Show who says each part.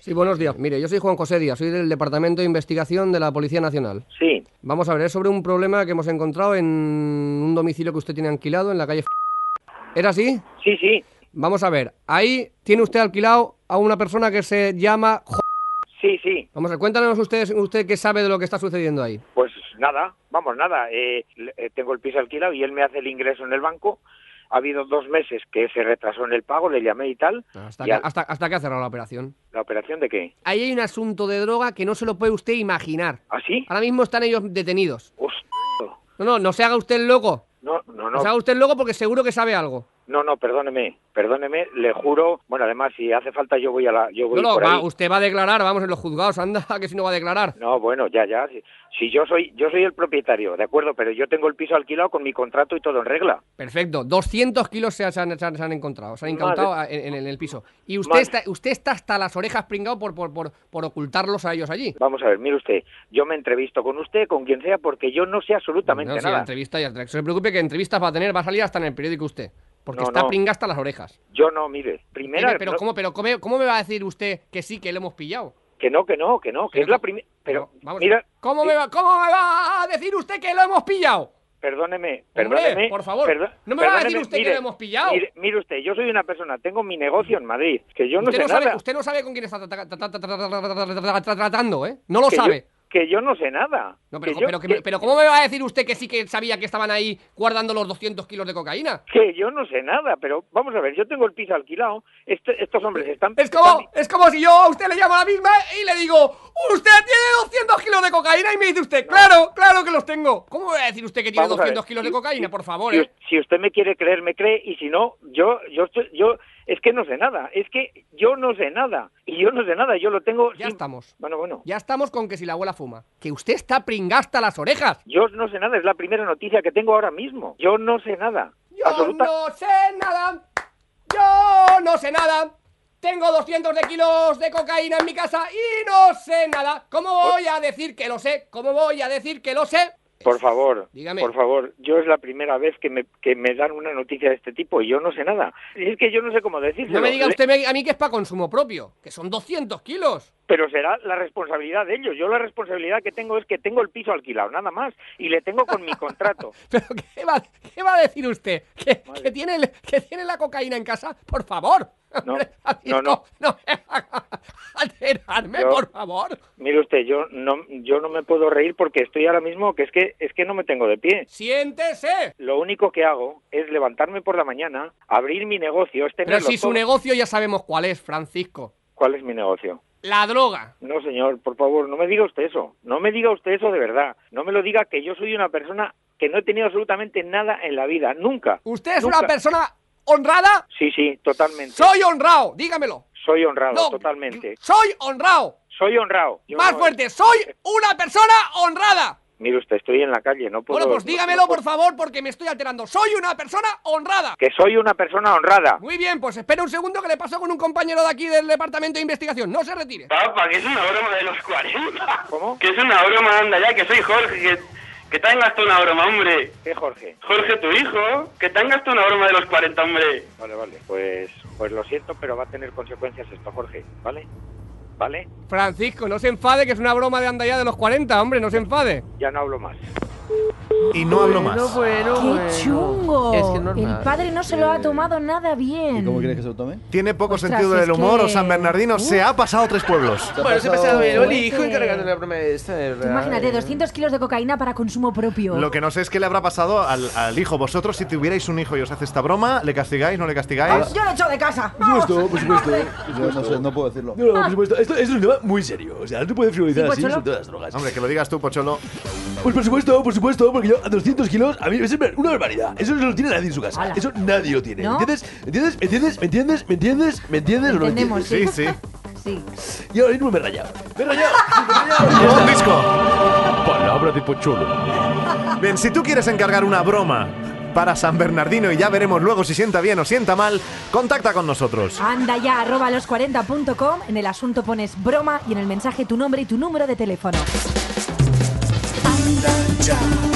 Speaker 1: Sí, buenos días. Mire, yo soy Juan José Díaz, soy del Departamento de Investigación de la Policía Nacional.
Speaker 2: Sí,
Speaker 1: Vamos a ver, es sobre un problema que hemos encontrado en un domicilio que usted tiene alquilado en la calle. F- ¿Era así?
Speaker 2: sí, sí,
Speaker 1: Vamos a ver, ahí tiene usted alquilado a una persona que se llama... J-
Speaker 2: sí, sí.
Speaker 1: Vamos a ver, cuéntanos usted, usted qué sabe de lo que está sucediendo ahí.
Speaker 2: Pues nada, vamos, nada. eh, le- eh, tengo el piso alquilado y él me hace el ingreso en el banco. Ha habido dos meses que se retrasó en el pago, le llamé y tal.
Speaker 1: Hasta
Speaker 2: Y
Speaker 1: que,
Speaker 2: al-
Speaker 1: hasta, hasta que ha cerrado la operación.
Speaker 2: ¿La operación de qué?
Speaker 1: Ahí hay un asunto de droga que no se lo puede usted imaginar.
Speaker 2: ¿Así?
Speaker 1: Ahora mismo están ellos detenidos.
Speaker 2: ¿Ah, Hostia.
Speaker 1: No, no, no se haga usted el loco.
Speaker 2: No, no,
Speaker 1: No se haga
Speaker 2: no,
Speaker 1: usted el loco porque seguro que sabe algo.
Speaker 2: no, no, perdóneme, perdóneme, le juro. Bueno, además, si hace falta, yo voy a la. Yo voy
Speaker 1: No, no,
Speaker 2: por
Speaker 1: va,
Speaker 2: ahí.
Speaker 1: usted va a declarar, vamos, en los juzgados, anda, que si no va a declarar.
Speaker 2: No, bueno, ya, ya. Si, si yo soy yo soy el propietario, de acuerdo, pero yo tengo el piso alquilado con mi contrato y todo en regla.
Speaker 1: Perfecto, 200 kilos se han, se han- se han- se han encontrado, se han incautado a- en, en el piso. Y usted
Speaker 2: Madre.
Speaker 1: está, usted está hasta las orejas pringado por, por, por, por ocultarlos a ellos allí.
Speaker 2: Vamos a ver, mire usted, yo me entrevisto con usted, con quien sea, porque yo no sé absolutamente
Speaker 1: No, sí, la
Speaker 2: nada.
Speaker 1: entrevista ya, no se preocupe que entrevistas va a tener, va a salir hasta en el periódico usted. Porque
Speaker 2: No,
Speaker 1: está
Speaker 2: no.
Speaker 1: pringado hasta las orejas.
Speaker 2: Yo no, mire, primera,
Speaker 1: pero,
Speaker 2: no-
Speaker 1: ¿cómo, pero cómo, ¿cómo me va a decir usted que sí, que lo hemos pillado?
Speaker 2: que no, que no, que no, que
Speaker 1: Pero
Speaker 2: es la
Speaker 1: co-
Speaker 2: primera, pero,
Speaker 1: vamos a
Speaker 2: mira, eh.
Speaker 1: ver, ¿cómo, me va, ¿Cómo me va a decir usted que lo hemos pillado?
Speaker 2: perdóneme,
Speaker 1: Hombre,
Speaker 2: perdóneme,
Speaker 1: por favor, no me va a decir
Speaker 2: perdóneme,
Speaker 1: usted que lo hemos pillado.
Speaker 2: Mire, mire usted, yo soy una persona, tengo mi negocio en Madrid, que yo no
Speaker 1: usted,
Speaker 2: sé
Speaker 1: no sabe,
Speaker 2: nada,
Speaker 1: usted no sabe con quién está tra- tra- tra- tra- tra- tra- tra- tra- tratando, ¿eh? No lo
Speaker 2: que yo-
Speaker 1: sabe.
Speaker 2: que yo no sé nada.
Speaker 1: No, pero,
Speaker 2: que yo,
Speaker 1: pero, que-
Speaker 2: que-
Speaker 1: pero ¿cómo me va a decir usted que sí que sabía que estaban ahí guardando los 200 kilos de cocaína?
Speaker 2: que yo no sé nada, pero vamos a ver, yo tengo el piso alquilado, este- estos hombres están...
Speaker 1: Es como, es como si yo a usted le llamo a la misma y le digo, usted tiene 200 kilos de cocaína y me dice usted, claro, claro que los tengo. ¿Cómo me va a decir usted que tiene
Speaker 2: Vamos a ver,
Speaker 1: 200 kilos de
Speaker 2: si-
Speaker 1: cocaína,
Speaker 2: si-
Speaker 1: por favor?
Speaker 2: si,
Speaker 1: ¿eh?
Speaker 2: si usted me quiere creer, me cree, y si no, yo, yo, estoy- yo, es que no sé nada, es que yo no sé nada, y yo no sé nada, yo lo tengo...
Speaker 1: Ya
Speaker 2: sin-
Speaker 1: estamos.
Speaker 2: Bueno, bueno,
Speaker 1: Ya estamos con que si la abuela fuma. Que usted está pringado hasta las orejas.
Speaker 2: yo no sé nada, es la primera noticia que tengo ahora mismo, yo no sé nada,
Speaker 1: Yo
Speaker 2: absoluta...
Speaker 1: no sé nada. Yo no sé nada. Tengo 200 de kilos de cocaína en mi casa y no sé nada. ¿Cómo voy a decir que lo sé? ¿Cómo voy a decir que lo sé?
Speaker 2: Por favor,
Speaker 1: Dígame.
Speaker 2: por favor, yo es la primera vez que me, que me dan una noticia de este tipo y yo no sé nada. Y es que yo no sé cómo decírselo. ¿eh?
Speaker 1: No me diga
Speaker 2: Le-
Speaker 1: usted me- a mí que es para consumo propio, que son 200 kilos.
Speaker 2: Pero será la responsabilidad de ellos. Yo la responsabilidad que tengo es que tengo el piso alquilado, nada más, y le tengo con mi contrato.
Speaker 1: ¿Pero qué va, qué va a decir usted? ¿Que,
Speaker 2: Madre.
Speaker 1: que tiene, el- que tiene la cocaína en casa? Por favor.
Speaker 2: No,
Speaker 1: Hombre, a mí
Speaker 2: no, no.
Speaker 1: no me haga alterarme,
Speaker 2: Yo-
Speaker 1: por favor.
Speaker 2: Mire usted, yo no, yo no me puedo reír porque estoy ahora mismo que es que es que no me tengo de pie.
Speaker 1: Siéntese.
Speaker 2: Lo único que hago es levantarme por la mañana, abrir mi negocio, es
Speaker 1: Pero
Speaker 2: tenerlo
Speaker 1: si su
Speaker 2: todo.
Speaker 1: negocio ya sabemos cuál es, Francisco.
Speaker 2: ¿Cuál es mi negocio?
Speaker 1: La droga.
Speaker 2: No, señor, por favor, no me diga usted eso. No me diga usted eso de verdad. No me lo diga que yo soy una persona que no he tenido absolutamente nada en la vida, nunca.
Speaker 1: ¿Usted es
Speaker 2: Nunca.
Speaker 1: una persona honrada?
Speaker 2: Sí, sí, totalmente.
Speaker 1: Soy honrado, dígamelo.
Speaker 2: Soy honrado,
Speaker 1: No,
Speaker 2: totalmente.
Speaker 1: Soy honrado.
Speaker 2: Soy honrado. Yo
Speaker 1: Más
Speaker 2: no-
Speaker 1: fuerte, soy una persona honrada.
Speaker 2: Mire usted, estoy en la calle, no puedo.
Speaker 1: Bueno, pues
Speaker 2: no-
Speaker 1: dígamelo,
Speaker 2: no puedo-
Speaker 1: por favor, porque me estoy alterando. Soy una persona honrada.
Speaker 2: Que soy una persona honrada.
Speaker 1: Muy bien, pues espera un segundo que le paso con un compañero de aquí del departamento de investigación. No se retire.
Speaker 3: Papá, que es una broma de los 40.
Speaker 2: ¿Cómo?
Speaker 3: Que es una broma, anda ya, que soy Jorge, que, que te han gastado una broma, hombre.
Speaker 2: ¿Qué, Jorge?
Speaker 3: Jorge, tu hijo, que te han gastado una broma de los 40, hombre.
Speaker 2: Vale, vale. Pues, pues lo siento, pero va a tener consecuencias esto, Jorge. ¿Vale? ¿Vale?
Speaker 1: Francisco, no se enfade, que es una broma de andallá de los 40, hombre, no se enfade.
Speaker 2: Ya no hablo más.
Speaker 4: Y no hablo más.
Speaker 5: ¡Qué chungo!
Speaker 6: Es que normal.
Speaker 5: El padre no se lo ha tomado nada bien.
Speaker 7: ¿Y cómo quieres que se lo tome?
Speaker 4: Tiene poco
Speaker 5: Ostras,
Speaker 4: sentido
Speaker 5: es
Speaker 4: del humor o
Speaker 5: que-
Speaker 4: San Bernardino se ha pasado tres pueblos.
Speaker 7: ¿Te ha
Speaker 6: Bueno, se
Speaker 7: pasado-
Speaker 6: pasaba el Oli, hijo,
Speaker 5: Fuerte.
Speaker 6: encargando la broma de esta. es
Speaker 5: Tú
Speaker 6: real,
Speaker 5: Imagínate,
Speaker 6: ¿eh?
Speaker 5: 200 kilos de cocaína para consumo propio.
Speaker 4: Lo que no sé es qué le habrá pasado al, al hijo. Vosotros, si tuvierais un hijo y os hace esta broma, ¿le castigáis? ¿No le castigáis?
Speaker 5: Yo lo echo de casa.
Speaker 7: Por supuesto, por supuesto. Yo no sé, no puedo decirlo.
Speaker 8: No, no,
Speaker 5: Ah.
Speaker 8: por supuesto, esto, esto es un tema muy serio. O sea, no se puede frivolizar
Speaker 5: ¿Sí,
Speaker 8: así,
Speaker 5: Pocholo?
Speaker 8: son todas las drogas.
Speaker 4: Hombre, que lo digas tú, Pocholo.
Speaker 8: Pues por supuesto, por supuesto, porque yo a 200 kilos, a mí es una barbaridad. Eso no lo tiene nadie en su casa.
Speaker 5: Ala.
Speaker 8: Eso nadie lo tiene.
Speaker 5: ¿No?
Speaker 8: ¿Entiendes? ¿Entiendes? ¿Me entiendes? ¿Me entiendes? ¿Me entiendes? ¿Me entiendes? o no me
Speaker 5: Entendemos,
Speaker 4: Sí, sí.
Speaker 5: sí. Sí.
Speaker 8: entiendes? Y ahora mismo me he rayado. Me he rayado.
Speaker 4: ¡Un disco!
Speaker 8: Palabra de Pocholo.
Speaker 4: Bien, si tú quieres encargar una broma para San Bernardino y ya veremos luego si sienta bien o sienta mal, contacta con nosotros.
Speaker 5: Anda ya, arroba los40.com. En el asunto pones broma y en el mensaje tu nombre y tu número de teléfono.
Speaker 9: Anda ya,